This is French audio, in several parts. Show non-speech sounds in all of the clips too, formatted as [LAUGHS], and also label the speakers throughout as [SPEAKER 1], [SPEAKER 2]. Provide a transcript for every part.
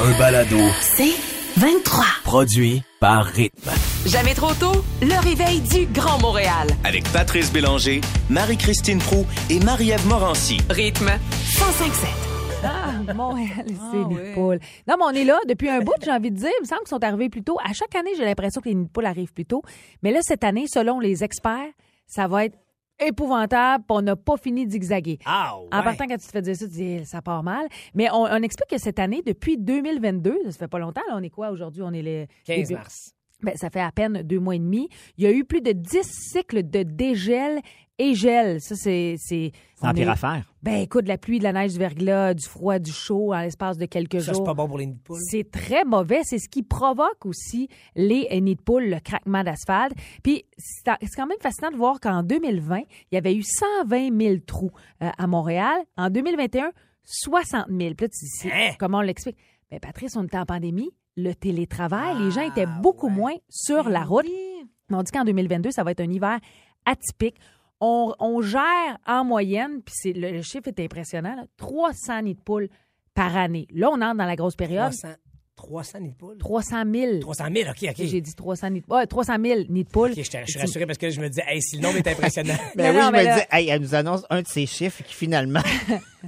[SPEAKER 1] Un balado
[SPEAKER 2] C'est 23.
[SPEAKER 1] produit par Rythme.
[SPEAKER 2] Jamais trop tôt, le réveil du Grand Montréal.
[SPEAKER 3] avec Patrice Bélanger, Marie-Christine Prou et Marie-Ève Morancy.
[SPEAKER 2] Rythme 1057.
[SPEAKER 4] Ah, Montréal, c'est
[SPEAKER 2] Ah,
[SPEAKER 4] les poules. Non, mais on est là depuis un bout, j'ai envie de dire. Il me semble qu'ils sont arrivés plus tôt. À chaque année, j'ai l'impression que les nids de poules arrivent plus tôt. Mais là, cette année, selon les experts, ça va être épouvantable. puis On n'a pas fini de zigzaguer. En partant, quand tu te fais dire ça, tu dis, Eh, ça part mal. Mais on, on explique que cette année, depuis 2022, ça fait pas longtemps, là, on est quoi aujourd'hui? On est le
[SPEAKER 5] 15 mars.
[SPEAKER 4] Ben, ça fait à peine deux mois et demi. Il y a eu plus de 10 cycles de dégel et gel. Ça, c'est. C'est on
[SPEAKER 5] la pire
[SPEAKER 4] est-
[SPEAKER 5] affaire.
[SPEAKER 4] Ben, écoute, de la pluie, de la neige, du verglas, du froid, du chaud en l'espace de quelques
[SPEAKER 5] Ça, c'est
[SPEAKER 4] jours.
[SPEAKER 5] pas bon pour les nids de poules.
[SPEAKER 4] C'est très mauvais. C'est ce qui provoque aussi les euh, nids de poules, le craquement d'asphalte. Puis, c'est c'est quand même fascinant de voir qu'en 2020, il y avait eu 120 000 trous euh, à Montréal. En 2021, 60 000. Puis là, tu dis, c'est-
[SPEAKER 5] Hein?
[SPEAKER 4] comment on l'explique? Ben, Patrice, on était en pandémie. Le télétravail, les
[SPEAKER 5] Ah,
[SPEAKER 4] gens étaient beaucoup moins
[SPEAKER 5] Ben
[SPEAKER 4] sur la route. Mais On dit qu'en 2022, ça va être un hiver atypique. On, on gère en moyenne, puis c'est- le, le chiffre est impressionnant, là, 300 nids de poules par année. Là, on entre dans la grosse période.
[SPEAKER 5] 300, 300 nids de poules.
[SPEAKER 4] 300 000.
[SPEAKER 5] 300 000, OK, OK.
[SPEAKER 4] J'ai dit 300 nids de ouais, 300 000 nids de poules.
[SPEAKER 5] Ok, je, t'ai- je suis rassuré parce que je me disais, hey, si le nombre
[SPEAKER 4] [LAUGHS]
[SPEAKER 5] est impressionnant.
[SPEAKER 6] Ben
[SPEAKER 4] Non,
[SPEAKER 6] oui,
[SPEAKER 4] non,
[SPEAKER 6] je
[SPEAKER 4] mais
[SPEAKER 6] me
[SPEAKER 4] là-
[SPEAKER 6] dis, hey, elle nous annonce un de ces chiffres qui finalement.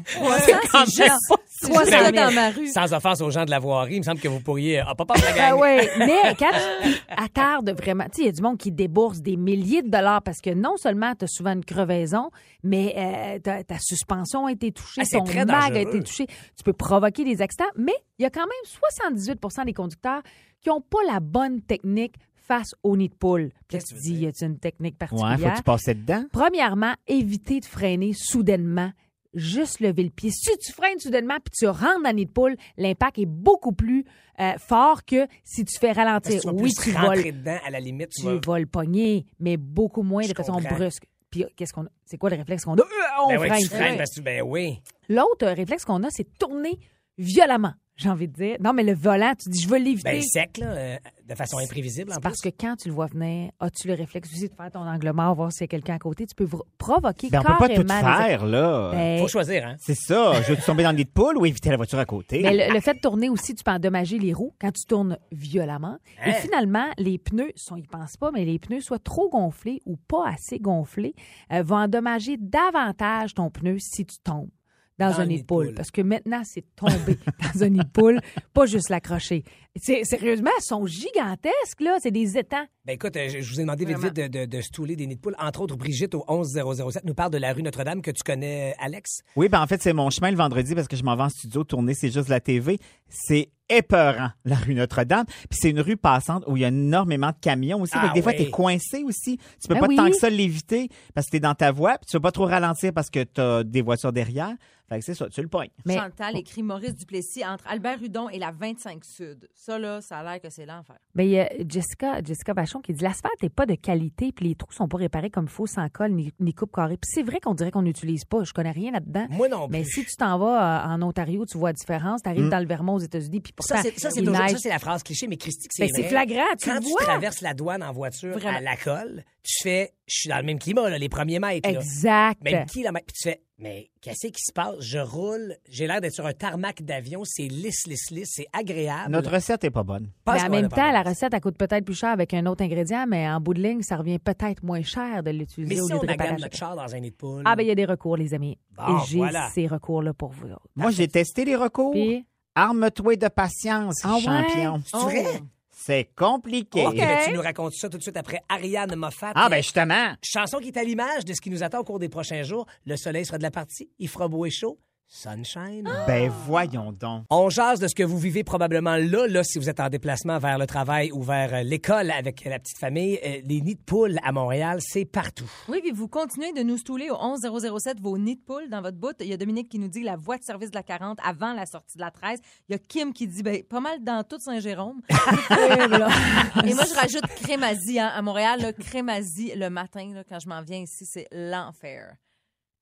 [SPEAKER 4] 300, c'est genre 300
[SPEAKER 5] juste
[SPEAKER 4] 000.
[SPEAKER 5] ça dans Sans offense aux gens de la voirie, il me semble que vous pourriez. Ah, pas peur de la
[SPEAKER 4] Ben
[SPEAKER 5] gang.
[SPEAKER 4] oui, mais quand tu t'y attardes vraiment, tu sais, il y a du monde qui débourse des milliers de dollars parce que non seulement tu as souvent une crevaison, mais euh, ta, ta suspension a été touchée,
[SPEAKER 5] Ah, c'est
[SPEAKER 4] ton
[SPEAKER 5] très
[SPEAKER 4] mag a
[SPEAKER 5] dangereux.
[SPEAKER 4] été touché. Tu peux provoquer des accidents, mais il y a quand même 78 des conducteurs qui n'ont pas la bonne technique face au nid de poule. Puis là,
[SPEAKER 5] Qu'est-ce
[SPEAKER 4] tu
[SPEAKER 5] que tu
[SPEAKER 4] dis,
[SPEAKER 5] veux
[SPEAKER 4] y a-t-il une technique particulière?
[SPEAKER 6] [LAUGHS] Ouais, faut que tu passes dedans.
[SPEAKER 4] Premièrement, éviter de freiner soudainement. Juste lever le pied. Si tu freines soudainement puis tu rentres dans les poules, l'impact est beaucoup plus euh, fort que si tu fais
[SPEAKER 5] Parce
[SPEAKER 4] ralentir.
[SPEAKER 5] que tu vas
[SPEAKER 4] oui,
[SPEAKER 5] plus
[SPEAKER 4] tu
[SPEAKER 5] rentrer
[SPEAKER 4] voles.
[SPEAKER 5] dedans, à la limite, tu
[SPEAKER 4] Tu
[SPEAKER 5] vas.
[SPEAKER 4] vas le pogner, mais beaucoup moins de
[SPEAKER 5] Je
[SPEAKER 4] façon
[SPEAKER 5] comprends.
[SPEAKER 4] brusque. Puis euh, qu'est-ce qu'on a? C'est quoi le réflexe qu'on a? Euh, on
[SPEAKER 5] Ben oui,
[SPEAKER 4] freine.
[SPEAKER 5] tu freines parce que tu- ben oui.
[SPEAKER 4] L'autre euh, réflexe qu'on a, c'est de tourner violemment, j'ai envie de dire. Non, mais le volant, tu dis, je veux l'éviter.
[SPEAKER 5] Ben sec, là, euh, de façon imprévisible. En
[SPEAKER 4] C'est parce
[SPEAKER 5] plus.
[SPEAKER 4] que quand tu le vois venir, as-tu le réflexe aussi de faire ton angle mort, voir s'il y a quelqu'un à côté? Tu peux v- provoquer
[SPEAKER 6] Ben, on peut
[SPEAKER 4] carrément...
[SPEAKER 6] pas tout
[SPEAKER 4] des-
[SPEAKER 6] faire, là.
[SPEAKER 4] Ben,
[SPEAKER 5] Faut choisir, hein.
[SPEAKER 6] C'est ça. Je veux tomber dans le nid de poule ou éviter la voiture à côté?
[SPEAKER 4] Mais le, le fait de tourner aussi, tu peux endommager les roues quand tu tournes violemment. Et
[SPEAKER 5] Hein?
[SPEAKER 4] finalement, les pneus, sont, ils pensent pas, mais les pneus, soit trop gonflés ou pas assez gonflés, euh, vont endommager davantage ton pneu si tu tombes dans, un nid de poule. Parce que maintenant, c'est tomber dans un nid de poule, pas juste l'accrocher. C'est- Sérieusement, elles sont gigantesques, là. C'est des étangs.
[SPEAKER 5] Ben écoute, euh, je je vous ai demandé vite, vite de, de, de stouler des nids de poules. Entre autres, Brigitte au 11007 nous parle de la rue Notre-Dame que tu connais, Alex.
[SPEAKER 6] Oui, ben en fait, c'est mon chemin le vendredi parce que je m'en vais en studio tourner, c'est juste la TV. C'est épeurant, la rue Notre-Dame. Puis c'est une rue passante où il y a énormément de camions aussi.
[SPEAKER 5] Ah
[SPEAKER 6] fait que des fois,
[SPEAKER 5] oui.
[SPEAKER 6] t'es coincé aussi. Tu peux
[SPEAKER 4] Ben
[SPEAKER 6] pas
[SPEAKER 4] oui.
[SPEAKER 6] tant que ça l'éviter parce que t'es dans ta voie. Puis tu peux pas trop ralentir parce que t'as des voitures derrière. Fait que c'est ça, tu le pognes.
[SPEAKER 4] Mais-
[SPEAKER 7] Chantal écrit Maurice Duplessis entre Albert Hudon et la 25 Sud. Ça, là, ça a l'air que c'est l'enfer.
[SPEAKER 4] Mais il y a Jessica, Jessica Vachon qui dit l'asphalte n'est pas de qualité, puis les trous sont pas réparés comme il faut, sans colle ni, ni coupe carrée. Puis c'est vrai qu'on dirait qu'on n'utilise pas. Je connais rien là-dedans.
[SPEAKER 5] Moi non plus.
[SPEAKER 4] Mais si tu t'en vas euh, en Ontario, tu vois la différence. Tu arrives dans le Vermont aux États-Unis, puis pourtant,
[SPEAKER 5] Hmm. Ça, c'est, ça, c'est
[SPEAKER 4] il
[SPEAKER 5] toujours-
[SPEAKER 4] neige.
[SPEAKER 5] ça, c'est la phrase cliché, mais Christique, c'est
[SPEAKER 4] Ben, c'est
[SPEAKER 5] vrai.
[SPEAKER 4] flagrant, tu
[SPEAKER 5] Quand
[SPEAKER 4] le
[SPEAKER 5] tu
[SPEAKER 4] vois.
[SPEAKER 5] traverses la douane en voiture
[SPEAKER 7] Vraiment.
[SPEAKER 5] à la colle, tu fais, je suis dans le même climat, là, les premiers mètres. là.
[SPEAKER 4] Exact.
[SPEAKER 5] Même kilomètre. Puis tu fais, mais qu'est-ce qui se passe? Je roule, j'ai l'air d'être sur un tarmac d'avion, c'est lisse, lisse, lisse, c'est agréable.
[SPEAKER 6] Notre recette est pas bonne.
[SPEAKER 5] Pense
[SPEAKER 4] Mais en
[SPEAKER 5] qu'on a
[SPEAKER 4] même
[SPEAKER 5] pas
[SPEAKER 4] temps,
[SPEAKER 5] mal.
[SPEAKER 4] la recette, elle coûte peut-être plus cher avec un autre ingrédient, mais en bout de ligne, ça revient peut-être moins cher de l'utiliser
[SPEAKER 5] Mais
[SPEAKER 4] au
[SPEAKER 5] si
[SPEAKER 4] lieu
[SPEAKER 5] on
[SPEAKER 4] de réparer.
[SPEAKER 5] agame
[SPEAKER 4] la
[SPEAKER 5] notre char dans un nid de poule.
[SPEAKER 4] Ah, ben, il y a des recours, les amis.
[SPEAKER 5] Bon,
[SPEAKER 4] Et j'ai
[SPEAKER 5] voilà.
[SPEAKER 4] ces recours-là pour vous. autres.
[SPEAKER 6] Moi, j'ai testé les recours.
[SPEAKER 4] Puis-
[SPEAKER 6] Arme-toi de patience,
[SPEAKER 4] Ah ouais?
[SPEAKER 6] champion.
[SPEAKER 5] C'est vrai?
[SPEAKER 6] C'est compliqué.
[SPEAKER 5] Ok, ben, tu nous racontes ça tout de suite après Ariane Moffat. Eh,
[SPEAKER 6] Ah, ben justement.
[SPEAKER 5] Chanson qui est à l'image de ce qui nous attend au cours des prochains jours. Le soleil sera de la partie, il fera beau et chaud. Sunshine.
[SPEAKER 6] Ben voyons donc.
[SPEAKER 5] On jase de ce que vous vivez probablement là, là, si vous êtes en déplacement vers le travail ou vers euh, l'école avec la petite famille. Euh, Les nids de poules à Montréal, c'est partout.
[SPEAKER 7] Oui, puis vous continuez de nous stouler au 11007 vos nids de poule dans votre bout. Il y a Dominique qui nous dit la voie de service de la 40 avant la sortie de la 13. Il y a Kim qui dit ben, pas mal dans toute [LAUGHS] Saint-Jérôme. Et moi, je rajoute Crémazie hein, à Montréal. Là, Crémazie le matin, là, quand je m'en viens ici, c'est l'enfer.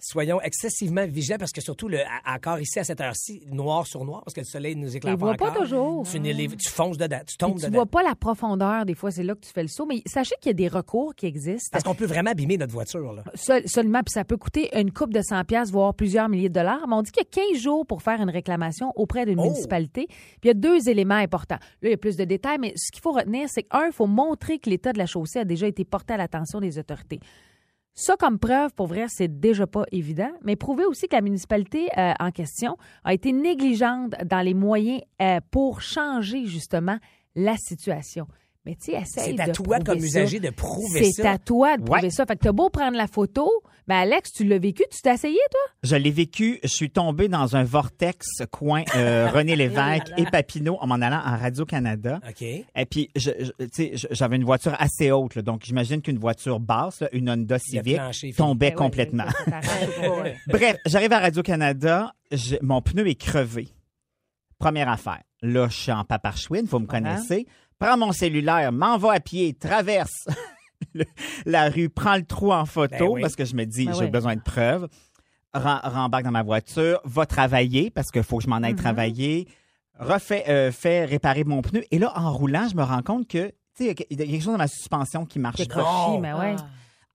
[SPEAKER 5] soyons excessivement vigilants parce que surtout, le, à- encore ici à cette heure-ci, noir sur noir, parce que le soleil nous
[SPEAKER 4] Tu ne
[SPEAKER 5] éclaire pas
[SPEAKER 4] vois pas
[SPEAKER 5] encore.
[SPEAKER 4] toujours.
[SPEAKER 5] Tu, ne les- tu fonces dedans, tu
[SPEAKER 4] Puis
[SPEAKER 5] tombes
[SPEAKER 4] tu
[SPEAKER 5] dedans.
[SPEAKER 4] vois pas la profondeur, des fois, c'est là que tu fais le saut. Mais sachez qu'il y a des recours qui existent.
[SPEAKER 5] Parce qu'on peut vraiment abîmer notre voiture. Là.
[SPEAKER 4] Seul- seulement, puis ça peut coûter une coupe de 100 pièces, voire plusieurs milliers de dollars. Mais on dit qu'il y a 15 jours pour faire une réclamation auprès d'une
[SPEAKER 5] Oh!
[SPEAKER 4] municipalité. Puis il y a deux éléments importants. Là, il y a plus de détails, mais ce qu'il faut retenir, c'est qu'un, il faut montrer que l'état de la chaussée a déjà été porté à l'attention des autorités. Ça, comme preuve, pour vrai, c'est déjà pas évident, mais prouver aussi que la municipalité euh, en question a été négligente dans les moyens euh, pour changer, justement, la situation. Mais tu sais, essaye
[SPEAKER 5] C'est à
[SPEAKER 4] de
[SPEAKER 5] toi,
[SPEAKER 4] prouver
[SPEAKER 5] comme
[SPEAKER 4] ça.
[SPEAKER 5] usager, de prouver
[SPEAKER 4] C'est
[SPEAKER 5] ça.
[SPEAKER 4] à toi de prouver
[SPEAKER 6] Ouais.
[SPEAKER 4] ça. Fait que t'as beau prendre la photo, mais Alex, tu l'as vécu, tu t'es essayé, toi?
[SPEAKER 6] Je l'ai vécu, je suis tombée dans un vortex coin
[SPEAKER 4] [LAUGHS]
[SPEAKER 6] euh, René Lévesque et Papineau en m'en allant à Radio-Canada.
[SPEAKER 5] OK.
[SPEAKER 6] Et puis, je- je- tu sais, je- j'avais une voiture assez haute, là, donc j'imagine qu'une voiture basse, là, une Honda Civic,
[SPEAKER 5] plancher,
[SPEAKER 4] Ben
[SPEAKER 6] tombait
[SPEAKER 4] ouais,
[SPEAKER 6] complètement.
[SPEAKER 4] ça t'arrête pas, ouais.
[SPEAKER 6] Bref, j'arrive à Radio-Canada, j'ai- mon pneu est crevé. Première affaire. Là, je suis en paparchouine, vous me connaissez. Prends mon cellulaire, m'en va à pied, traverse [LAUGHS] le- la rue, prends le trou en photo
[SPEAKER 5] Ben oui.
[SPEAKER 6] parce que je me dis,
[SPEAKER 4] Ben
[SPEAKER 6] j'ai
[SPEAKER 4] oui.
[SPEAKER 6] besoin de preuves. Ren- Rembarque dans ma voiture, va travailler parce qu'il faut que je m'en aille travailler. Refais, euh, fais réparer mon pneu. Et là, en roulant, je me rends compte que, tu sais, il y a quelque chose dans ma suspension qui marche
[SPEAKER 4] Quelque
[SPEAKER 6] pas.
[SPEAKER 4] chose,
[SPEAKER 7] Ah
[SPEAKER 4] mais ben
[SPEAKER 5] Oh.
[SPEAKER 4] ouais.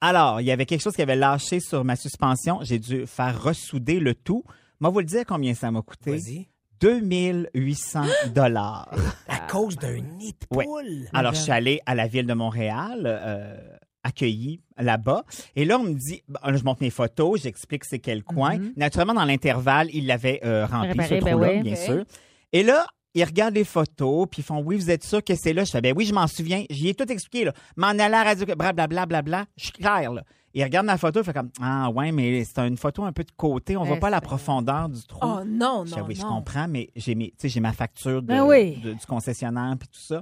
[SPEAKER 6] Alors, il y avait quelque chose qui avait lâché sur ma suspension. J'ai dû faire ressouder le tout. Moi, vous le dire combien ça m'a coûté?
[SPEAKER 5] Vas-y.
[SPEAKER 6] 2800 dollars.
[SPEAKER 5] À
[SPEAKER 4] Ah,
[SPEAKER 5] cause
[SPEAKER 4] ben
[SPEAKER 5] d'un nid de
[SPEAKER 6] Ouais. Ah.
[SPEAKER 5] poule.
[SPEAKER 6] Alors, je suis allé à la ville de Montréal, euh, accueilli là-bas. Et là, on me dit, ben, je montre mes photos, j'explique c'est quel coin. Naturellement, dans l'intervalle, ils l'avaient euh, rempli,
[SPEAKER 4] Réparé,
[SPEAKER 6] ce
[SPEAKER 4] Mhm. ben
[SPEAKER 6] trou-là,
[SPEAKER 4] oui.
[SPEAKER 6] bien
[SPEAKER 7] Ok.
[SPEAKER 6] sûr. Et là, ils regardent les photos, puis ils font, oui, vous êtes sûr que c'est là? Je fais, ben oui, je m'en souviens. J'y ai tout expliqué, là. M'en aller à la radio, blablabla, blablabla. Je suis clair, là. Ils regardent ma photo, ils font comme, ah ouais, mais c'est une photo un peu de côté, on voit
[SPEAKER 4] Eh,
[SPEAKER 6] pas la
[SPEAKER 4] c'est- Ah,
[SPEAKER 6] profondeur du trou.
[SPEAKER 7] Oh non,
[SPEAKER 6] Je
[SPEAKER 7] non,
[SPEAKER 6] fais, oui, je
[SPEAKER 7] non.
[SPEAKER 6] comprends, mais j'ai mes- tu sais, j'ai ma facture de-
[SPEAKER 4] Ben oui.
[SPEAKER 6] de- du concessionnaire puis tout ça.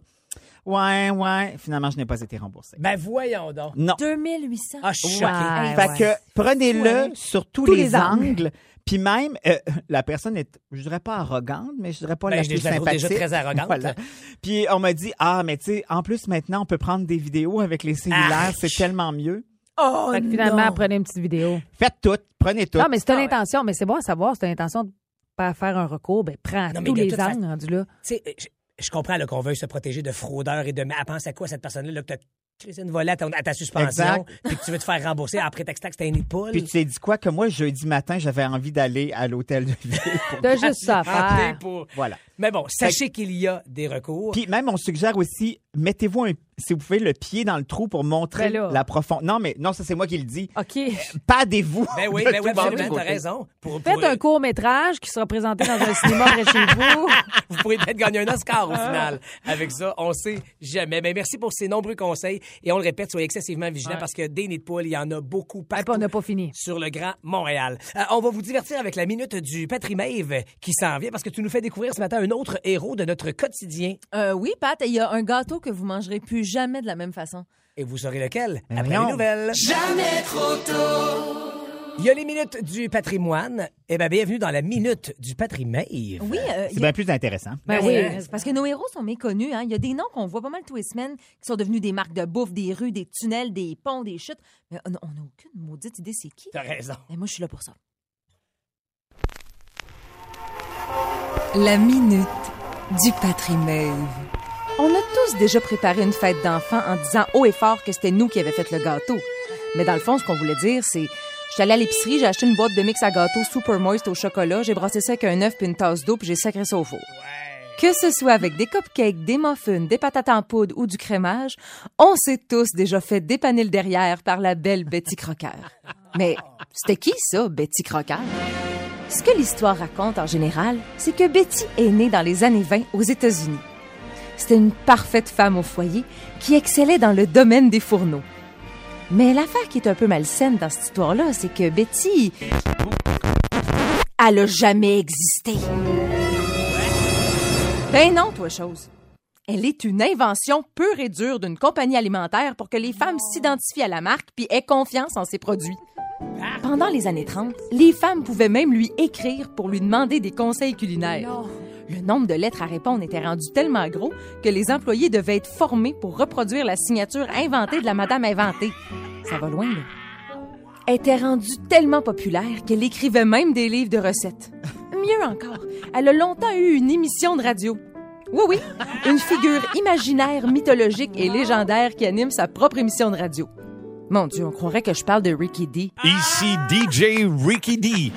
[SPEAKER 6] Ouais, ouais. Finalement, je n'ai pas été remboursé.
[SPEAKER 5] Ben voyons donc.
[SPEAKER 6] Non.
[SPEAKER 7] 2800.
[SPEAKER 5] Ah, je suis
[SPEAKER 4] Ouais.
[SPEAKER 5] choqué.
[SPEAKER 4] Ah,
[SPEAKER 6] fait
[SPEAKER 4] ouais.
[SPEAKER 6] que prenez-le
[SPEAKER 7] Ouais.
[SPEAKER 6] sur tous,
[SPEAKER 4] Tous
[SPEAKER 6] les,
[SPEAKER 4] les angles.
[SPEAKER 6] angles. Puis même, euh, [LAUGHS] la personne est, je dirais pas arrogante, mais je dirais pas
[SPEAKER 5] Ben,
[SPEAKER 6] la
[SPEAKER 5] je
[SPEAKER 6] plus
[SPEAKER 5] la trouve déjà
[SPEAKER 6] sympathique.
[SPEAKER 5] très arrogante.
[SPEAKER 6] Voilà. Puis on m'a dit, ah, mais tu sais, en plus maintenant, on peut prendre des vidéos avec les cellulaires,
[SPEAKER 5] Arc.
[SPEAKER 6] c'est tellement mieux.
[SPEAKER 7] Oh
[SPEAKER 4] Fait que finalement,
[SPEAKER 7] non.
[SPEAKER 4] prenez une petite vidéo.
[SPEAKER 6] Faites tout, prenez tout.
[SPEAKER 4] Non, mais c'est
[SPEAKER 7] Ah
[SPEAKER 4] une
[SPEAKER 7] ouais.
[SPEAKER 4] intention, mais c'est bon à savoir, c'est une intention de pas faire un recours, ben prends
[SPEAKER 5] Non, mais
[SPEAKER 4] tous
[SPEAKER 5] de
[SPEAKER 4] les
[SPEAKER 5] toute
[SPEAKER 4] angles rendus là.
[SPEAKER 5] Tu sais, je, je comprends là, qu'on veuille se protéger de fraudeurs et de. Mais elle pense à quoi cette personne-là là, que t'as crissé une volée à, ton- à ta suspension,
[SPEAKER 6] Exact.
[SPEAKER 5] puis que tu veux te faire rembourser en prétextant que c'était un nid de poule?
[SPEAKER 6] Puis tu t'es dit quoi que moi, jeudi matin, j'avais envie d'aller à l'hôtel de ville.
[SPEAKER 4] [LAUGHS]
[SPEAKER 6] pour-
[SPEAKER 4] T'as juste ça à
[SPEAKER 5] Appelé
[SPEAKER 4] faire.
[SPEAKER 5] Ah, pour-
[SPEAKER 6] voilà.
[SPEAKER 5] Mais bon, sachez qu'il y a des recours.
[SPEAKER 6] Puis même, on suggère aussi, mettez-vous, un, si vous pouvez, le pied dans le trou pour montrer
[SPEAKER 4] Ben là. Ah.
[SPEAKER 6] la profondeur. Non, mais non, ça, c'est moi qui le dis.
[SPEAKER 4] OK. Faites
[SPEAKER 6] Padez-vous.
[SPEAKER 5] Ben oui,
[SPEAKER 6] de
[SPEAKER 5] ben
[SPEAKER 6] tout
[SPEAKER 5] oui,
[SPEAKER 6] bord
[SPEAKER 5] absolument,
[SPEAKER 6] du
[SPEAKER 5] t'as
[SPEAKER 6] côté.
[SPEAKER 5] raison. Pour, pour-
[SPEAKER 4] un court-métrage qui sera présenté dans un cinéma près de
[SPEAKER 5] [LAUGHS]
[SPEAKER 4] chez vous.
[SPEAKER 5] Vous pourrez peut-être gagner un Oscar
[SPEAKER 6] [LAUGHS]
[SPEAKER 5] au
[SPEAKER 6] Ah.
[SPEAKER 5] final. Avec ça, on sait jamais. Mais merci pour ces nombreux conseils. Et on le répète, soyez excessivement vigilants parce que des nids de poules, il y en a beaucoup
[SPEAKER 6] Ben,
[SPEAKER 4] Et puis,
[SPEAKER 5] partout.
[SPEAKER 4] on n'a pas fini.
[SPEAKER 5] sur le Grand Montréal. Euh, on va vous divertir avec la minute du Patrimave qui s'en vient parce que tu nous fais découvrir ce matin un autre héros de notre quotidien.
[SPEAKER 7] Euh, oui, Pat, il y a un gâteau que vous mangerez plus jamais de la même façon.
[SPEAKER 5] Et vous saurez lequel
[SPEAKER 6] Ben
[SPEAKER 5] après
[SPEAKER 6] voyons.
[SPEAKER 5] les nouvelles. Jamais trop tôt. Il y a les minutes du patrimoine. Eh bien, bienvenue dans la minute du Patrimave.
[SPEAKER 7] Oui, euh, il
[SPEAKER 6] C'est
[SPEAKER 7] y a-
[SPEAKER 6] bien plus intéressant.
[SPEAKER 4] Ben
[SPEAKER 7] Ben
[SPEAKER 4] oui.
[SPEAKER 7] oui, c'est parce que nos héros sont méconnus. hein. Il y a des noms qu'on voit pas mal tous les semaines qui sont devenus des marques de bouffe, des rues, des tunnels, des ponts, des chutes. Mais on on n'a aucune maudite idée c'est qui.
[SPEAKER 5] T'as raison.
[SPEAKER 7] Mais moi, je suis là pour ça.
[SPEAKER 8] La minute du patrimoine.
[SPEAKER 7] On a tous déjà préparé une fête d'enfants en disant haut et fort que c'était nous qui avions fait le gâteau. Mais dans le fond, ce qu'on voulait dire, c'est je suis allée à l'épicerie, j'ai acheté une boîte de mix à gâteau super moist au chocolat, j'ai brassé ça avec un œuf puis une tasse d'eau puis j'ai sacré ça au four. Que ce soit avec des cupcakes, des muffins, des patates en poudre ou du crémage, on s'est tous déjà fait dépanner le derrière par la belle Betty Crocker. Mais c'était qui ça, Betty Crocker? Ce que l'histoire raconte en général, c'est que Betty est née dans les années 20 aux États-Unis. C'était une parfaite femme au foyer qui excellait dans le domaine des fourneaux. Mais l'affaire qui est un peu malsaine dans cette histoire-là, c'est que Betty... Elle a jamais existé. Ben non, toi, chose. Elle est une invention pure et dure d'une compagnie alimentaire pour que les femmes s'identifient à la marque puis aient confiance en ses produits. Pendant les années 30, les femmes pouvaient même lui écrire pour lui demander des conseils culinaires. Le nombre de lettres à répondre était rendu tellement gros que les employés devaient être formés pour reproduire la signature inventée de la madame inventée. Ça va loin, là. était rendue tellement populaire qu'elle écrivait même des livres de recettes. Mieux encore, elle a longtemps eu une émission de radio. Oui, oui, une figure imaginaire, mythologique et légendaire qui anime sa propre émission de radio. Mon Dieu, on croirait que je parle de Ricky D.
[SPEAKER 9] Ici
[SPEAKER 4] Ah!
[SPEAKER 9] DJ Ricky D.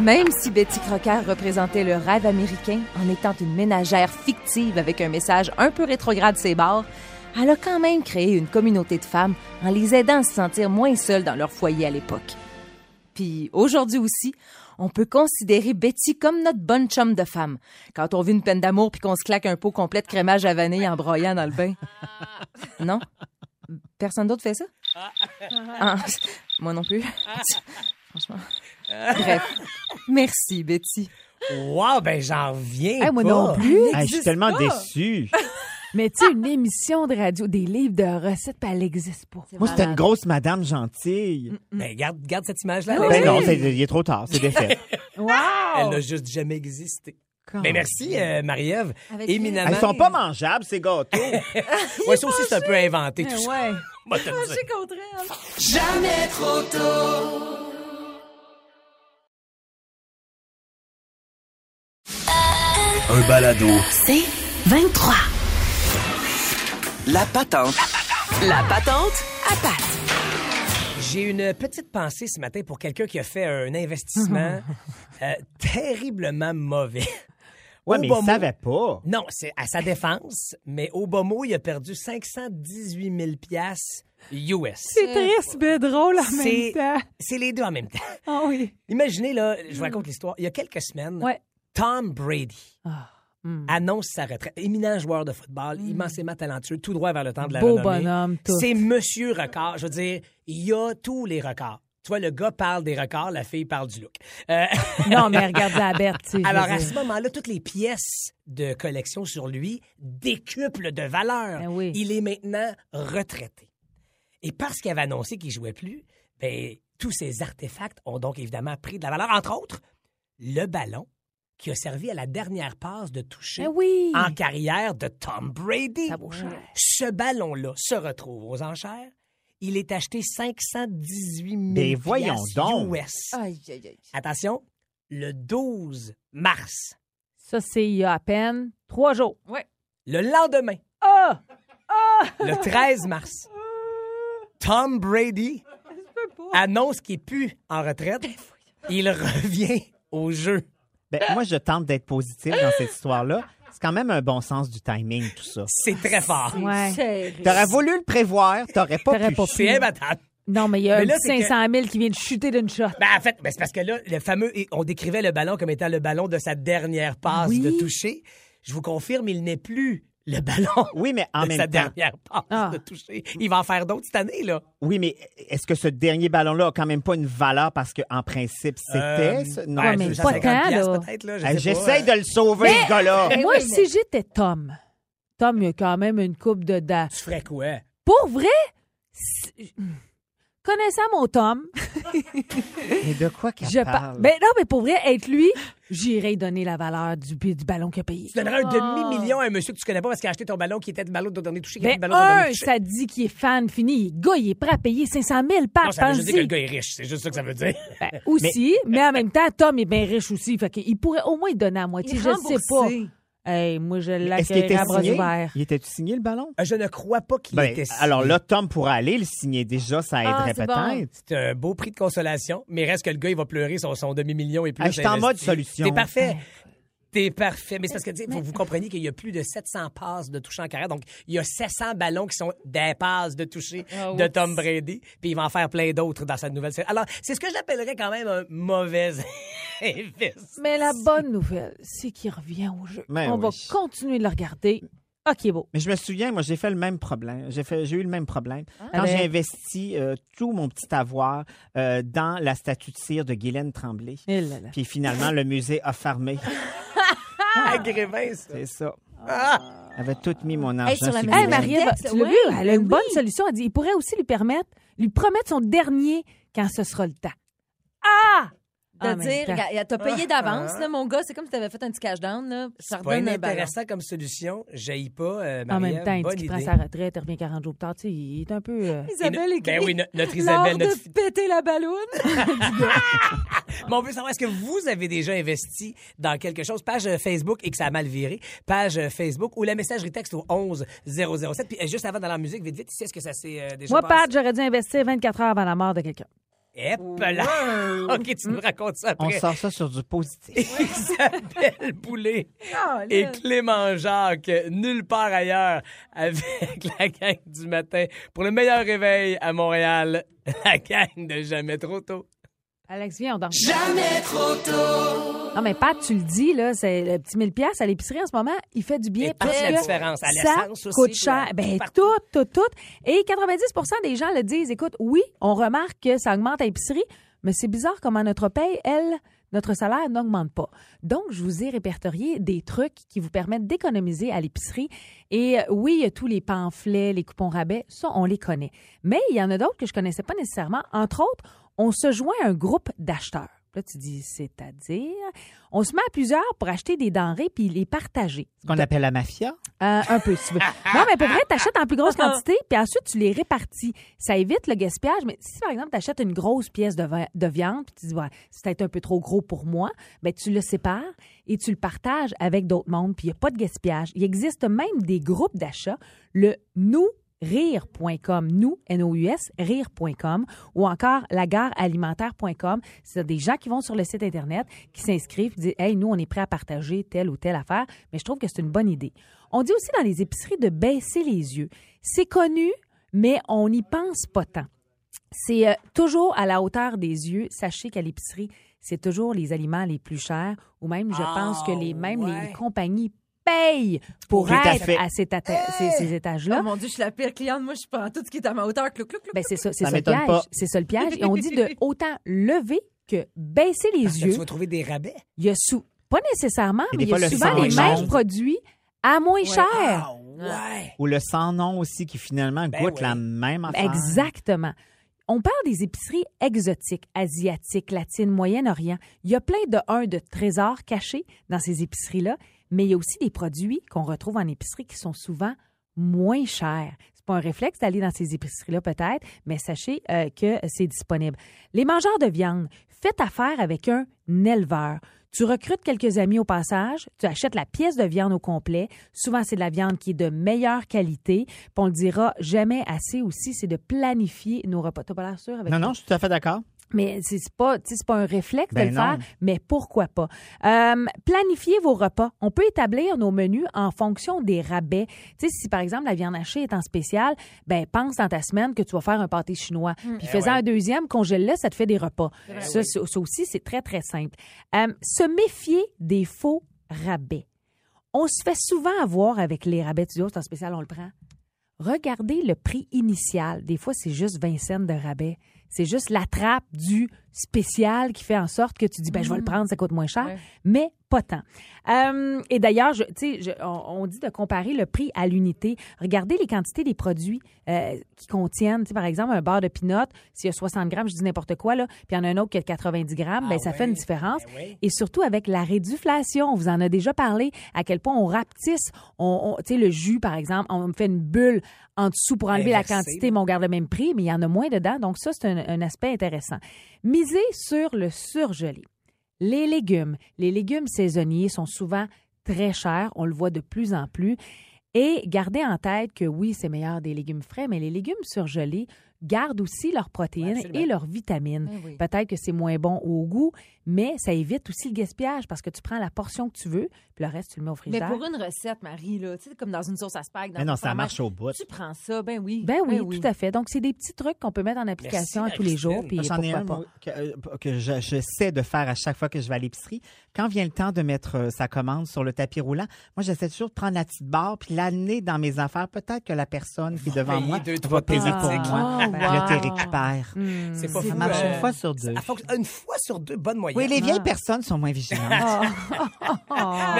[SPEAKER 7] Même si Betty Crocker représentait le rêve américain en étant une ménagère fictive avec un message un peu rétrograde ses bords, elle a quand même créé une communauté de femmes en les aidant à se sentir moins seules dans leur foyer à l'époque. Puis aujourd'hui aussi, on peut considérer Betty comme notre bonne chum de femme. Quand on vit une peine d'amour puis qu'on se claque un pot complet de crémage à vanille en broyant dans le bain. Non? Personne d'autre fait ça? Ah, [LAUGHS] moi non plus. Franchement. Bref. Merci, Betty.
[SPEAKER 5] Wow, ben j'en reviens.
[SPEAKER 4] Hey, moi
[SPEAKER 5] pas.
[SPEAKER 4] non plus.
[SPEAKER 6] Hey, je suis tellement déçu.
[SPEAKER 4] Mais tu sais, une émission de radio, des livres de recettes, puis elle n'existe pas.
[SPEAKER 6] Moi, c'était une grosse madame gentille.
[SPEAKER 4] Mm.
[SPEAKER 5] Ben, garde, garde cette image-là.
[SPEAKER 6] Ben non, c'est- il est trop tard, c'est
[SPEAKER 4] [LAUGHS]
[SPEAKER 6] défait.
[SPEAKER 5] Elle n'a juste jamais existé. Mais merci, euh, Marie-Ève.
[SPEAKER 7] Avec
[SPEAKER 5] Éminemment.
[SPEAKER 6] Ils sont pas mangeables, ces gâteaux.
[SPEAKER 5] Ouais, ça aussi, c'est un peu inventé,
[SPEAKER 4] Ben
[SPEAKER 5] tout ça.
[SPEAKER 7] Ouais.
[SPEAKER 5] Moi, te le dis.
[SPEAKER 7] contre elle.
[SPEAKER 1] Un balado.
[SPEAKER 2] C'est 23.
[SPEAKER 3] La patente.
[SPEAKER 2] La patente à patte.
[SPEAKER 5] J'ai une petite pensée ce matin pour quelqu'un qui a fait un investissement euh, terriblement mauvais.
[SPEAKER 6] Ouais, mais ils
[SPEAKER 5] Obama-
[SPEAKER 6] savaient pas.
[SPEAKER 5] Non, c'est à sa défense, mais Obama, il a perdu 518 000 piastres US.
[SPEAKER 4] C'est triste, mais drôle en même
[SPEAKER 5] C'est-
[SPEAKER 4] temps.
[SPEAKER 5] C'est les deux en même temps.
[SPEAKER 4] Ah oui.
[SPEAKER 5] Imaginez, là, je vous raconte l'histoire. Il y a quelques semaines,
[SPEAKER 4] Ouais.
[SPEAKER 5] Tom Brady
[SPEAKER 4] Ah.
[SPEAKER 5] annonce sa retraite. Éminent joueur de football, immensément talentueux, tout droit vers le temps de la
[SPEAKER 4] Mm. Beau
[SPEAKER 5] renommée.
[SPEAKER 4] bonhomme, tout.
[SPEAKER 5] C'est monsieur record. Je veux dire, il y a tous les records. Tu vois, le gars parle des records, la fille parle du look.
[SPEAKER 4] [LAUGHS]
[SPEAKER 5] Euh,
[SPEAKER 4] Non, mais regarde la bête, tu sais, je
[SPEAKER 5] Alors,
[SPEAKER 4] veux
[SPEAKER 5] à
[SPEAKER 4] dire.
[SPEAKER 5] ce moment-là, toutes les pièces de collection sur lui décuplent de valeur.
[SPEAKER 4] Ben oui.
[SPEAKER 5] Il est maintenant retraité. Et parce qu'il avait annoncé qu'il jouait plus, ben, tous ces artefacts ont donc évidemment pris de la valeur. Entre autres, le ballon qui a servi à la dernière passe de toucher
[SPEAKER 4] Ben oui.
[SPEAKER 5] en carrière de Tom Brady.
[SPEAKER 4] Ça vaut cher.
[SPEAKER 5] Ce ballon-là se retrouve aux enchères. Il est acheté 518 000
[SPEAKER 6] Ben voyons
[SPEAKER 5] piastres
[SPEAKER 6] donc.
[SPEAKER 5] US.
[SPEAKER 4] Ah.
[SPEAKER 7] Aïe, aïe, aïe.
[SPEAKER 5] Attention, le 12 mars
[SPEAKER 4] Ça, c'est il y a à peine trois jours.
[SPEAKER 5] Le lendemain,
[SPEAKER 4] Ah!
[SPEAKER 5] le 13 mars, Tom Brady
[SPEAKER 4] [LAUGHS]
[SPEAKER 5] annonce qu'il est plus en
[SPEAKER 4] Ben,
[SPEAKER 5] retraite. Il revient au jeu.
[SPEAKER 6] Ben, moi, je tente d'être positif dans cette histoire-là. C'est quand même un bon sens du timing, tout ça.
[SPEAKER 5] C'est très fort.
[SPEAKER 4] Ouais.
[SPEAKER 6] T'aurais voulu le prévoir, t'aurais pas
[SPEAKER 4] T'aurais
[SPEAKER 6] pu.
[SPEAKER 4] pas
[SPEAKER 5] C'est imbattable.
[SPEAKER 4] Non, mais il y a
[SPEAKER 5] Mais
[SPEAKER 4] un
[SPEAKER 5] là,
[SPEAKER 4] petit
[SPEAKER 5] c'est que-
[SPEAKER 4] 500 000 qui vient de chuter d'une shot.
[SPEAKER 5] Ben, en fait, ben, c'est parce que là, le fameux, et on décrivait le ballon comme étant le ballon de sa dernière passe
[SPEAKER 4] Oui.
[SPEAKER 5] de toucher. Je vous confirme, il n'est plus le ballon
[SPEAKER 6] Oui, mais en
[SPEAKER 5] de sa
[SPEAKER 6] même temps.
[SPEAKER 5] dernière passe
[SPEAKER 4] Ah.
[SPEAKER 5] de toucher. Il va en faire d'autres cette année, là.
[SPEAKER 6] Oui, mais est-ce que ce dernier ballon-là a quand même pas une valeur parce qu'en principe, c'était.
[SPEAKER 5] Euh,
[SPEAKER 6] ce- non,
[SPEAKER 5] ben,
[SPEAKER 4] Ouais, mais
[SPEAKER 5] c'est
[SPEAKER 4] pas
[SPEAKER 5] 150
[SPEAKER 4] tant, là.
[SPEAKER 5] peut-être, là. Ah, je
[SPEAKER 6] Hey,
[SPEAKER 5] sais pas.
[SPEAKER 6] J'essaie de le sauver,
[SPEAKER 4] [LAUGHS]
[SPEAKER 6] le gars-là.
[SPEAKER 5] Ben
[SPEAKER 4] Moi, si j'étais Tom, Tom, il y a quand même une coupe de dents.
[SPEAKER 5] Tu ferais quoi?
[SPEAKER 4] Pour vrai, si- connaissant mon Tom,
[SPEAKER 6] Mais de quoi qu'elle
[SPEAKER 4] je
[SPEAKER 6] parle?
[SPEAKER 4] parle. Ben non, mais pour vrai, être lui, j'irais lui donner la valeur du, du ballon qu'il a payé.
[SPEAKER 5] Tu donnerais un demi-million à un monsieur que tu connais pas parce qu'il a acheté ton ballon qui était le ballon de ton dernier touché. qui était
[SPEAKER 4] Ben,
[SPEAKER 5] le ballon de ton dernier
[SPEAKER 4] un,
[SPEAKER 5] touché.
[SPEAKER 4] ça dit qu'il est fan fini. Le gars, il est prêt à payer 500 000 par
[SPEAKER 5] Non, ça veut juste dire que le
[SPEAKER 4] pense-y.
[SPEAKER 5] gars est riche. C'est juste ça que ça veut dire.
[SPEAKER 4] Ben, aussi, mais... en même temps, Tom est bien riche aussi. Fait qu'il pourrait au moins donner à moitié.
[SPEAKER 7] Il est
[SPEAKER 4] Je sais pas.
[SPEAKER 7] remboursé.
[SPEAKER 4] Hey, moi, je
[SPEAKER 6] Est-ce qu'il
[SPEAKER 4] l'accueillerais
[SPEAKER 6] était
[SPEAKER 4] à bras
[SPEAKER 6] signé?
[SPEAKER 4] ouverts.
[SPEAKER 6] Il était signé, le ballon?
[SPEAKER 5] Euh, [LAUGHS] Je ne crois pas qu'il
[SPEAKER 6] Ben,
[SPEAKER 5] était si-
[SPEAKER 6] alors là, Tom pourrait aller le signer déjà, ça
[SPEAKER 7] Ah,
[SPEAKER 6] aiderait
[SPEAKER 7] c'est
[SPEAKER 6] peut-être.
[SPEAKER 5] C'est un Euh, beau prix de consolation, mais reste que le gars, il va pleurer son, son demi-million et plus.
[SPEAKER 6] Ah, je suis en
[SPEAKER 5] investi.
[SPEAKER 6] mode solution.
[SPEAKER 5] T'es parfait. T'es parfait. Mais c'est parce que, tu sais, faut que vous compreniez qu'il y a plus de 700 passes de toucher en carrière. Donc, il y a 700 ballons qui sont des passes de toucher de Tom Brady. Puis il va en faire plein d'autres dans sa nouvelle série. Alors, c'est ce que j'appellerais quand même un mauvais [LAUGHS] investissement.
[SPEAKER 4] Mais la bonne nouvelle, c'est qu'il revient au jeu.
[SPEAKER 6] Ben
[SPEAKER 4] On va
[SPEAKER 6] oui.
[SPEAKER 4] continuer de le regarder. OK, beau.
[SPEAKER 6] Mais je me souviens, moi, j'ai fait le même problème. J'ai fait, j'ai eu le même problème. Quand
[SPEAKER 4] Avec-
[SPEAKER 6] j'ai investi euh, tout mon petit avoir euh, dans la statue de cire de Guylaine Tremblay.
[SPEAKER 4] Eh là là.
[SPEAKER 6] Puis finalement, le musée a fermé.
[SPEAKER 5] Ah, Grévin, ça. Ah!
[SPEAKER 6] C'est ça. Elle avait tout mis mon argent
[SPEAKER 7] Hey, sur la
[SPEAKER 6] sur
[SPEAKER 7] maison.
[SPEAKER 4] Hey,
[SPEAKER 7] Oui.
[SPEAKER 6] Guylaine.
[SPEAKER 4] marie
[SPEAKER 7] Texte,
[SPEAKER 4] tu l'as
[SPEAKER 7] oui,
[SPEAKER 4] vu? Elle a une
[SPEAKER 7] ben
[SPEAKER 4] bonne
[SPEAKER 7] oui.
[SPEAKER 4] solution. Elle dit il pourrait aussi lui permettre, lui promettre son dernier quand ce sera le temps. Ah! En
[SPEAKER 7] De
[SPEAKER 4] même
[SPEAKER 7] dire,
[SPEAKER 4] temps.
[SPEAKER 7] regarde, t'as payé d'avance, là, mon gars, c'est comme si t'avais fait un petit cash down, là.
[SPEAKER 5] Ah,
[SPEAKER 7] Ça
[SPEAKER 5] C'est pas
[SPEAKER 7] redonne un ballon.
[SPEAKER 5] intéressant comme solution. J'aille pas, euh,
[SPEAKER 4] En même
[SPEAKER 5] Marie-Ève.
[SPEAKER 4] temps, il
[SPEAKER 5] bonne
[SPEAKER 4] dit qu'il prend
[SPEAKER 5] idée.
[SPEAKER 4] sa retraite, il revient 40 jours plus tard. Tu sais, il est un peu. euh,
[SPEAKER 7] [LAUGHS] Isabelle
[SPEAKER 5] Et no-
[SPEAKER 7] écrit.
[SPEAKER 5] ben oui, no- notre
[SPEAKER 7] L'art
[SPEAKER 5] Isabelle, notre
[SPEAKER 7] de péter la balloune.
[SPEAKER 4] [LAUGHS]
[SPEAKER 5] Mais on veut savoir, est-ce que vous avez déjà investi dans quelque chose? Page euh, Facebook et que ça a mal viré. Page euh, Facebook ou la messagerie texte au 11 007. Puis euh, juste avant dans la musique, vite, vite, tu sais ce que ça s'est euh, déjà
[SPEAKER 4] Moi,
[SPEAKER 5] passé?
[SPEAKER 4] Pat, j'aurais dû investir 24 heures avant la mort de quelqu'un.
[SPEAKER 5] Hep là! [LAUGHS] OK, tu nous racontes ça
[SPEAKER 6] On
[SPEAKER 5] après.
[SPEAKER 6] sort ça sur du positif.
[SPEAKER 5] Isabelle Boulay
[SPEAKER 7] Ah, là.
[SPEAKER 5] et Clément Jacques, nulle part ailleurs, avec [LAUGHS] la gang du matin pour le meilleur réveil à Montréal, [LAUGHS] la gang de Jamais Trop Tôt.
[SPEAKER 4] Alex, viens, on dort. Jamais trop tôt! Non, mais Pat, tu le dis, là, c'est le petit 1000 pièces à l'épicerie en ce moment, il fait du bien.
[SPEAKER 5] Et toute
[SPEAKER 4] parce
[SPEAKER 5] la
[SPEAKER 4] que
[SPEAKER 5] différence, à
[SPEAKER 4] ça
[SPEAKER 5] l'essence aussi,
[SPEAKER 4] coûte
[SPEAKER 5] puis
[SPEAKER 4] cher.
[SPEAKER 5] à-
[SPEAKER 4] Ben,
[SPEAKER 5] partout.
[SPEAKER 4] tout, tout, tout. Et 90 des gens le disent. Écoute, oui, on remarque que ça augmente à l'épicerie, mais c'est bizarre comment notre paye, elle, notre salaire n'augmente pas. Donc, je vous ai répertorié des trucs qui vous permettent d'économiser à l'épicerie. Et euh, oui, il y a tous les pamphlets, les coupons rabais, ça, on les connaît. Mais il y en a d'autres que je connaissais pas nécessairement. Entre autres, on se joint à un groupe d'acheteurs. Là, tu dis, c'est-à-dire, on se met à plusieurs pour acheter des denrées puis les partager.
[SPEAKER 6] Ce qu'on appelle la mafia.
[SPEAKER 4] Euh, un peu, si tu veux. Non, mais pour vrai, t'achètes en plus grosse quantité, puis ensuite, tu les répartis. Ça évite le gaspillage, mais si, par exemple, t'achètes une grosse pièce de, vi- de viande, puis tu dis, ouais, c'est peut-être un peu trop gros pour moi, ben tu le sépares et tu le partages avec d'autres mondes, puis il n'y a pas de gaspillage. Il existe même des groupes d'achat, le nous rire.com, nous, N-O-U-S, rire.com, ou encore lagarealimentaire.com. C'est des gens qui vont sur le site Internet, qui s'inscrivent, qui disent, hey, nous, on est prêts à partager telle ou telle affaire, mais je trouve que c'est une bonne idée. On dit aussi dans les épiceries de baisser les yeux. C'est connu, mais on n'y pense pas tant. C'est euh, toujours à la hauteur des yeux. Sachez qu'à l'épicerie, c'est toujours les aliments les plus chers, ou même, je
[SPEAKER 5] Ah,
[SPEAKER 4] pense que les mêmes
[SPEAKER 5] ouais.
[SPEAKER 4] les compagnies payent pour
[SPEAKER 6] Tout à
[SPEAKER 4] être
[SPEAKER 6] fait.
[SPEAKER 4] à, cet atta- ces, ces étages-là.
[SPEAKER 7] Oh mon Dieu, je suis la pire cliente. Moi, je prends tout ce qui est à ma hauteur. Clou, clou, clou.
[SPEAKER 4] Ben, c'est ça, c'est ça
[SPEAKER 6] Ça
[SPEAKER 4] le
[SPEAKER 6] m'étonne
[SPEAKER 4] piège.
[SPEAKER 6] pas.
[SPEAKER 4] C'est ça le piège. Et on dit
[SPEAKER 5] [LAUGHS]
[SPEAKER 4] de autant lever que baisser les
[SPEAKER 5] Tu
[SPEAKER 4] yeux.
[SPEAKER 5] vas trouver des rabais.
[SPEAKER 4] Il y a sou- pas nécessairement,
[SPEAKER 6] Et
[SPEAKER 4] mais
[SPEAKER 6] des
[SPEAKER 4] il y
[SPEAKER 6] fois,
[SPEAKER 4] a
[SPEAKER 6] le
[SPEAKER 4] souvent
[SPEAKER 6] sang
[SPEAKER 4] les
[SPEAKER 6] est
[SPEAKER 4] mêmes
[SPEAKER 6] jaune.
[SPEAKER 4] produits à moins cher.
[SPEAKER 5] Ah, ouais!
[SPEAKER 6] Ou le sans-nom aussi, qui finalement
[SPEAKER 5] Ben
[SPEAKER 6] goûte
[SPEAKER 5] oui.
[SPEAKER 6] la même affaire.
[SPEAKER 4] Exactement. On parle des épiceries exotiques, asiatiques, latines, Moyen-Orient. Il y a plein de un de trésors cachés dans ces épiceries-là, mais il y a aussi des produits qu'on retrouve en épicerie qui sont souvent moins chers. C'est pas un réflexe d'aller dans ces épiceries-là peut-être, mais sachez euh, que c'est disponible. Les mangeurs de viande, faites affaire avec un éleveur. Tu recrutes quelques amis au passage, tu achètes la pièce de viande au complet. Souvent, c'est de la viande qui est de meilleure qualité. Puis on le dira jamais assez aussi, c'est de planifier nos repas. T'as pas l'air sûr avec
[SPEAKER 6] Non, non, je suis tout à fait d'accord.
[SPEAKER 4] mais c'est c'est pas, tu sais, c'est pas un réflexe de
[SPEAKER 6] Ben
[SPEAKER 4] le
[SPEAKER 6] non.
[SPEAKER 4] faire, mais pourquoi pas? Euh, planifiez vos repas. On peut établir nos menus en fonction des rabais. Tu sais, si par exemple la viande hachée est en spécial, ben pense dans ta semaine que tu vas faire un pâté chinois. Puis
[SPEAKER 6] Ben
[SPEAKER 4] fais-en un deuxième, congèle-le, ça te fait des repas. ça, ça- ça aussi, c'est très, très simple. Euh, se méfier des faux rabais. On se fait souvent avoir avec les rabais. Tu dis, oh, c'est en spécial, on le prend. Regardez le prix initial. Des fois, c'est juste 20 cents de rabais. C'est juste la trappe du spécial qui fait en sorte que tu dis, ben, je vais le prendre, ça coûte moins cher,
[SPEAKER 7] Ouais.
[SPEAKER 4] mais pas tant. Euh, et d'ailleurs, je- tu sais, je- on, on dit de comparer le prix à l'unité. Regardez les quantités des produits euh, qui contiennent, tu sais, par exemple, un bar de pinot, s'il y a 60 grammes, je dis n'importe quoi, là, puis il y en a un autre qui a 90 grammes, ben, ça fait une différence.
[SPEAKER 5] Ben oui.
[SPEAKER 4] Et surtout avec la réduflation, on vous en a déjà parlé, à quel point on rapetisse, on, on- tu sais, le jus, par exemple, on fait une bulle en dessous pour enlever
[SPEAKER 5] Inversé,
[SPEAKER 4] la quantité, mais on garde le même prix, mais il y en a moins dedans. Donc ça, c'est un, un aspect intéressant. Miser sur le surgelé. Les légumes. Les légumes saisonniers sont souvent très chers. On le voit de plus en plus. Et gardez en tête que oui, c'est meilleur des légumes frais, mais les légumes surgelés gardent aussi leurs protéines
[SPEAKER 5] absolument.
[SPEAKER 4] et leurs vitamines.
[SPEAKER 7] Ben oui.
[SPEAKER 4] Peut-être que c'est moins bon au goût, mais ça évite aussi le gaspillage parce que tu prends la portion que tu veux, puis le reste, tu le mets au
[SPEAKER 7] Mais
[SPEAKER 4] frigidaire.
[SPEAKER 7] pour une recette, Marie, là, tu sais, comme dans une sauce à spag. dans
[SPEAKER 6] Mais non,
[SPEAKER 7] un
[SPEAKER 6] ça
[SPEAKER 7] fromage,
[SPEAKER 6] marche au bout.
[SPEAKER 7] Tu prends ça, ben oui.
[SPEAKER 4] Ben oui, tout à fait. Donc, c'est des petits trucs qu'on peut mettre en application
[SPEAKER 5] Merci,
[SPEAKER 4] à tous les jours.
[SPEAKER 5] Christine.
[SPEAKER 4] Puis
[SPEAKER 6] J'en ai
[SPEAKER 4] pourquoi
[SPEAKER 6] un
[SPEAKER 4] pas.
[SPEAKER 6] moi, que, euh, que je, je sais de faire à chaque fois que je vais à l'épicerie. Quand vient le temps de mettre euh, sa commande sur le tapis roulant, moi, j'essaie toujours de prendre la petite barre puis l'amener dans mes affaires. Peut-être que la personne qui est devant
[SPEAKER 5] payer
[SPEAKER 6] moi
[SPEAKER 5] deux, trois
[SPEAKER 6] va payer pour
[SPEAKER 4] petits
[SPEAKER 6] moi.
[SPEAKER 4] tics.
[SPEAKER 6] Puis
[SPEAKER 4] Oh, wow.
[SPEAKER 6] Là, tu récupères.
[SPEAKER 5] C'est pas
[SPEAKER 6] Ça
[SPEAKER 5] fou,
[SPEAKER 6] marche
[SPEAKER 5] euh,
[SPEAKER 6] une fois sur deux.
[SPEAKER 5] ça fonctionne- Une fois sur deux, bonne moyenne. Ah,
[SPEAKER 6] Ah, Oui, les vieilles personnes sont moins vigilantes.
[SPEAKER 5] Merci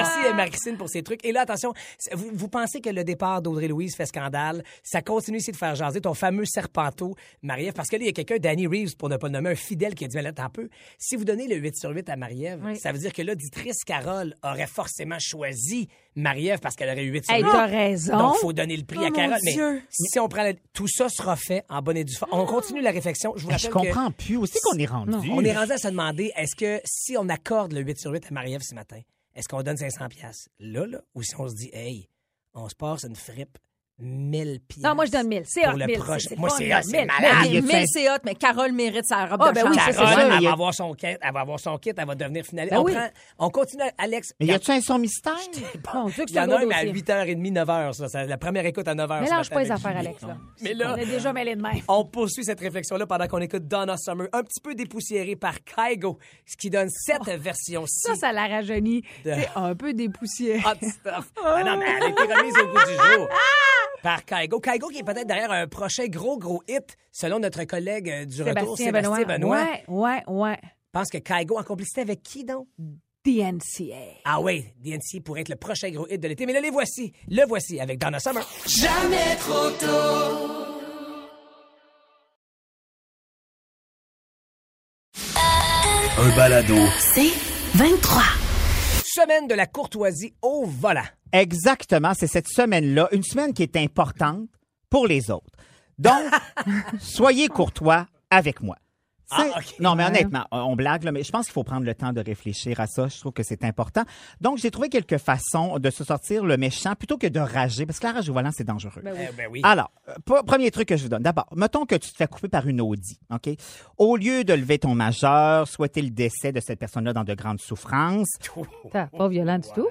[SPEAKER 5] Merci, Marie-Christine, pour ces trucs. Et là, attention, c'est- vous, vous pensez que le départ d'Audrey-Louise fait scandale. Ça continue ici de faire jaser ton fameux serpenteau, Marie-Ève, parce que là, il y a quelqu'un, Danny Reeves, pour ne pas le nommer, un fidèle qui a dit, mais là, attends un peu, si vous donnez le 8 sur 8 à Marie-Ève,
[SPEAKER 7] Oui.
[SPEAKER 5] ça veut dire que l'auditrice Carole aurait forcément choisi Marie-Ève parce qu'elle aurait eu 8 sur
[SPEAKER 4] Hey,
[SPEAKER 5] 8.
[SPEAKER 4] t'as raison.
[SPEAKER 5] Donc, faut donner le prix à
[SPEAKER 7] mon
[SPEAKER 5] Carole. Mais
[SPEAKER 7] Dieu.
[SPEAKER 5] si on prend la- tout ça sera fait en bonne et due forme. On continue la réflexion. Je vous
[SPEAKER 6] Ben,
[SPEAKER 5] rappelle
[SPEAKER 6] je
[SPEAKER 5] que-
[SPEAKER 6] comprends plus. Où c'est qu'on est rendu?
[SPEAKER 5] on est rendu à se demander, est-ce que si on accorde le 8 sur 8 à Marie-Ève ce matin, est-ce qu'on donne 500 pièces là, là, ou si on se dit, hey, on se passe une frippe 1000 pièces.
[SPEAKER 4] Non, moi, je donne 1000. C'est
[SPEAKER 5] Pour
[SPEAKER 4] hot,
[SPEAKER 5] le
[SPEAKER 4] 1000.
[SPEAKER 5] prochain.
[SPEAKER 4] C'est
[SPEAKER 5] Moi,
[SPEAKER 4] fun,
[SPEAKER 5] c'est
[SPEAKER 4] là,
[SPEAKER 5] hot, c'est
[SPEAKER 4] 1000.
[SPEAKER 5] malade.
[SPEAKER 6] Il y a
[SPEAKER 7] Mais
[SPEAKER 6] cinq-
[SPEAKER 7] c'est hot, mais Carole mérite sa robe
[SPEAKER 4] Ah,
[SPEAKER 7] de
[SPEAKER 4] ben
[SPEAKER 7] chambre.
[SPEAKER 4] oui, ça, c'est
[SPEAKER 5] Carole,
[SPEAKER 4] ça.
[SPEAKER 5] elle
[SPEAKER 6] Il y
[SPEAKER 5] va
[SPEAKER 6] a-
[SPEAKER 5] avoir son kit, elle va avoir son kit, elle va devenir finaliste.
[SPEAKER 4] Ben
[SPEAKER 5] on,
[SPEAKER 4] oui.
[SPEAKER 5] prend- on continue, Alex.
[SPEAKER 6] Mais y a-tu un son mystère?
[SPEAKER 4] Mon Dieu, que
[SPEAKER 5] Il y
[SPEAKER 4] c'est un
[SPEAKER 5] en
[SPEAKER 4] gros
[SPEAKER 5] a un mais à
[SPEAKER 4] dossier.
[SPEAKER 5] 8h30, 9h. Ça, c'est la première écoute à 9h.
[SPEAKER 4] Mélange pas les affaires, Alex. là.
[SPEAKER 5] Mais là,
[SPEAKER 4] On est déjà mêlés de même.
[SPEAKER 5] On poursuit cette réflexion-là pendant qu'on écoute Donna Summer, un petit peu dépoussiérée par Kygo, ce qui donne cette version-ci.
[SPEAKER 4] Oh. Ça, ça la rajeunit. C'est un peu dépoussière.
[SPEAKER 5] hot stuff. [LAUGHS] Ah non, mais elle a été remise au goût du [LAUGHS] jour. Par Kaigo. Kaigo qui est peut-être derrière un prochain gros, gros hit, selon notre collègue euh, du retour, Sébastien Benoît.
[SPEAKER 4] Ouais, ouais, ouais.
[SPEAKER 5] Pense que Kaigo, en complicité avec qui donc?
[SPEAKER 4] DNCA.
[SPEAKER 5] Ah oui, DNC pourrait être le prochain gros hit de l'été. Mais là, les voici. Le voici avec Donna Summer.
[SPEAKER 1] Un balado.
[SPEAKER 2] C'est 23.
[SPEAKER 5] Semaine de la courtoisie au volant.
[SPEAKER 6] Exactement, c'est cette semaine-là, une semaine qui est importante pour les autres.
[SPEAKER 5] [LAUGHS]
[SPEAKER 6] Donc, soyez courtois avec moi. C'est-
[SPEAKER 5] Ah, ok.
[SPEAKER 6] Non, mais honnêtement, on on blague, là, mais je pense qu'il faut prendre le temps de réfléchir à ça. Je trouve que c'est important. Donc, j'ai trouvé quelques façons de se sortir le méchant plutôt que de rager, parce que la rage au volant, c'est dangereux.
[SPEAKER 5] Eh ben oui.
[SPEAKER 6] Alors, euh, p- premier truc que je vous donne. D'abord, mettons que tu te fais couper par une Audi, OK? Au lieu de lever ton majeur, souhaiter le décès de cette personne-là dans de grandes souffrances,
[SPEAKER 4] Attends, Pas violent du tout.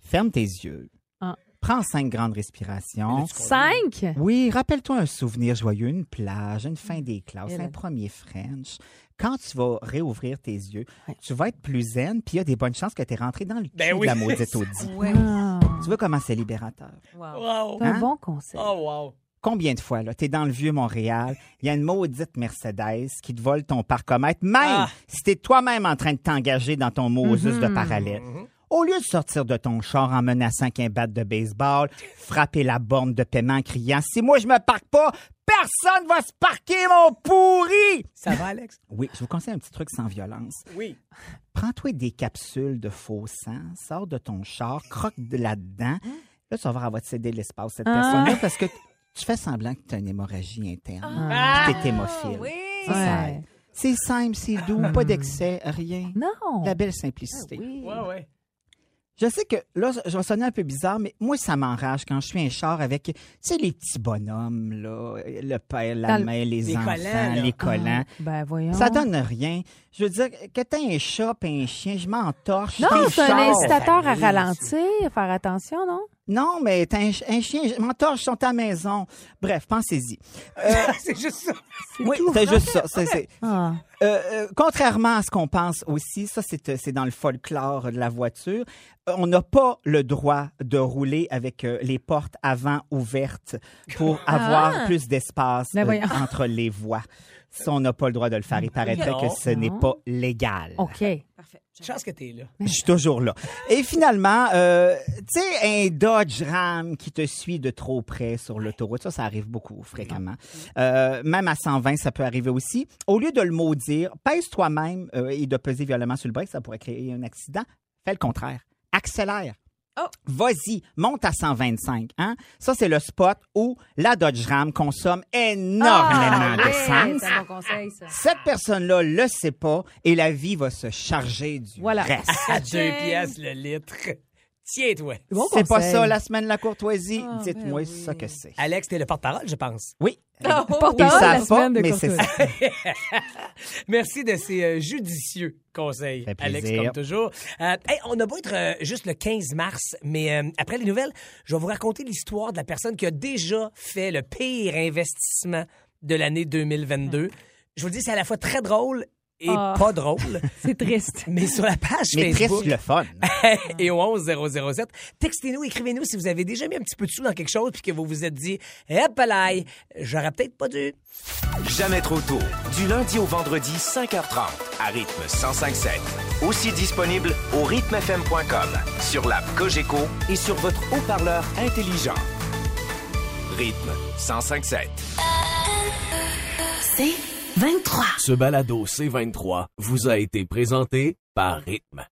[SPEAKER 6] ferme tes yeux.
[SPEAKER 4] Ah.
[SPEAKER 6] Prends cinq grandes respirations.
[SPEAKER 4] Cinq?
[SPEAKER 6] Oui, rappelle-toi un souvenir joyeux, une plage, une fin des classes,
[SPEAKER 4] Et là.
[SPEAKER 6] un premier French. Quand tu vas réouvrir tes yeux, tu vas être plus zen, puis il y a des bonnes chances que tu es rentré dans le cul
[SPEAKER 5] Ben
[SPEAKER 6] de
[SPEAKER 5] oui. [LAUGHS]
[SPEAKER 6] la maudite Audi.
[SPEAKER 7] Ouais.
[SPEAKER 4] Ah,
[SPEAKER 6] tu vois comment c'est libérateur.
[SPEAKER 7] Wow.
[SPEAKER 5] Wow.
[SPEAKER 4] c'est un
[SPEAKER 6] Hein?
[SPEAKER 4] bon conseil.
[SPEAKER 5] Oh, wow.
[SPEAKER 6] Combien de fois, là, t'es dans le vieux Montréal, il y a une maudite Mercedes qui te vole ton parcomètre, même
[SPEAKER 5] Ah.
[SPEAKER 6] si t'es toi-même en train de t'engager dans ton Moses de parallèle. Au lieu de sortir de ton char en menaçant qu'un bat de baseball, frapper la borne de paiement en criant Si moi je me parque pas, personne va se parquer, mon pourri!
[SPEAKER 5] Ça va, Alex?
[SPEAKER 6] Oui, je vous conseille un petit truc sans violence.
[SPEAKER 5] Oui.
[SPEAKER 6] Prends-toi des capsules de faux sang, sors de ton char, croque de là-dedans. Là, ça va, elle va te céder l'espace,
[SPEAKER 4] Ah.
[SPEAKER 6] cette personne-là, parce que tu fais semblant que tu as une hémorragie interne. Tu T'es hémophile. Ça, ça
[SPEAKER 4] Ah. Ouais. Ah.
[SPEAKER 6] aide. C'est simple, c'est doux, pas d'excès, rien.
[SPEAKER 4] Non. Ah
[SPEAKER 6] La belle simplicité.
[SPEAKER 4] Oui.
[SPEAKER 5] Ouais, ouais.
[SPEAKER 6] Je sais que là, je vais sonner un peu bizarre, mais moi, ça m'enrage quand je suis un char avec, tu sais, les petits bonhommes, là, le père,
[SPEAKER 4] Dans
[SPEAKER 6] la
[SPEAKER 4] le-
[SPEAKER 6] mère, les,
[SPEAKER 5] Les
[SPEAKER 6] enfants,
[SPEAKER 5] collants, là.
[SPEAKER 6] les collants.
[SPEAKER 4] Ah, ben voyons.
[SPEAKER 6] Ça donne rien. Je veux dire, que t'as un chat pis un chien, je m'entorche.
[SPEAKER 4] Non,
[SPEAKER 6] T'es
[SPEAKER 4] c'est
[SPEAKER 6] char.
[SPEAKER 4] un incitateur à
[SPEAKER 5] Famille.
[SPEAKER 4] ralentir, faire attention, non?
[SPEAKER 6] Non, mais t'as un, ch- un chien, je m'entorche, ils sont à la maison. Bref, pensez-y.
[SPEAKER 5] Euh, [LAUGHS] c'est juste ça.
[SPEAKER 6] Oui, c'est juste ça. c'est- c'est-
[SPEAKER 4] Ah.
[SPEAKER 6] Euh, euh, contrairement à ce qu'on pense aussi, ça c'est euh, c'est dans le folklore de la voiture, euh, on n'a pas le droit de rouler avec euh, les portes avant ouvertes pour avoir plus d'espace
[SPEAKER 4] Ah! Ben
[SPEAKER 6] euh,
[SPEAKER 4] voyons. Ben
[SPEAKER 6] entre les voies. Ça, on n'a pas le droit de le faire. Il paraîtrait que ce n'est
[SPEAKER 4] Non.
[SPEAKER 6] pas légal.
[SPEAKER 4] OK.
[SPEAKER 7] Parfait.
[SPEAKER 5] Chance que t'es là.
[SPEAKER 4] Ben
[SPEAKER 6] Je suis toujours là. Et finalement, euh, tu sais, un Dodge Ram qui te suit de trop près sur l'autoroute, ça, ça arrive beaucoup, fréquemment. Euh, même à 120, ça peut arriver aussi. Au lieu de le maudire, pèse toi-même euh, et de peser violemment sur le break, ça pourrait créer un accident. Fais le contraire. Accélère.
[SPEAKER 7] Oh.
[SPEAKER 6] Vas-y, monte à 125. Hein? Ça, c'est le spot où la Dodge Ram consomme énormément
[SPEAKER 4] Ah, ouais,
[SPEAKER 6] d'essence.
[SPEAKER 4] C'est un bon conseil, ça.
[SPEAKER 6] Cette personne-là le sait pas et la vie va se charger du
[SPEAKER 4] Voilà.
[SPEAKER 6] reste.
[SPEAKER 5] À deux pièces le litre. Tiens-toi.
[SPEAKER 4] Bon
[SPEAKER 6] c'est pas
[SPEAKER 4] conseil.
[SPEAKER 6] ça la semaine de la courtoisie.
[SPEAKER 7] Ah,
[SPEAKER 6] Dites-moi
[SPEAKER 7] ben
[SPEAKER 6] c'est ça que c'est.
[SPEAKER 5] Alex, t'es le porte-parole, je pense.
[SPEAKER 6] Oui. Ils
[SPEAKER 4] Ah, Porte-parole de la
[SPEAKER 6] savent pas,
[SPEAKER 4] semaine de
[SPEAKER 6] mais c'est ça.
[SPEAKER 4] courtoisie.
[SPEAKER 5] Merci de ces euh, judicieux conseils,
[SPEAKER 6] Ça fait plaisir.
[SPEAKER 5] Alex, comme toujours. Euh, hey, on a beau être euh, juste le 15 mars, mais euh, après les nouvelles, je vais vous raconter l'histoire de la personne qui a déjà fait le pire investissement de l'année 2022. Je vous le dis, c'est à la fois très drôle et pas drôle. [LAUGHS]
[SPEAKER 4] C'est triste.
[SPEAKER 5] Mais sur la page
[SPEAKER 6] Mais
[SPEAKER 5] Facebook.
[SPEAKER 6] triste, le fun.
[SPEAKER 5] et au 11 007. Textez-nous, écrivez-nous si vous avez déjà mis un petit peu de sous dans quelque chose puis que vous vous êtes dit, hop là, j'aurais peut-être pas dû.
[SPEAKER 3] Jamais trop tôt. Du lundi au vendredi, 5h30, à rythme 105.7. Aussi disponible au rythmefm.com, sur l'app Cogeco et sur votre haut-parleur intelligent. Rythme 105.7.
[SPEAKER 2] C'est 23.
[SPEAKER 1] Ce balado C23 vous a été présenté par Rythme.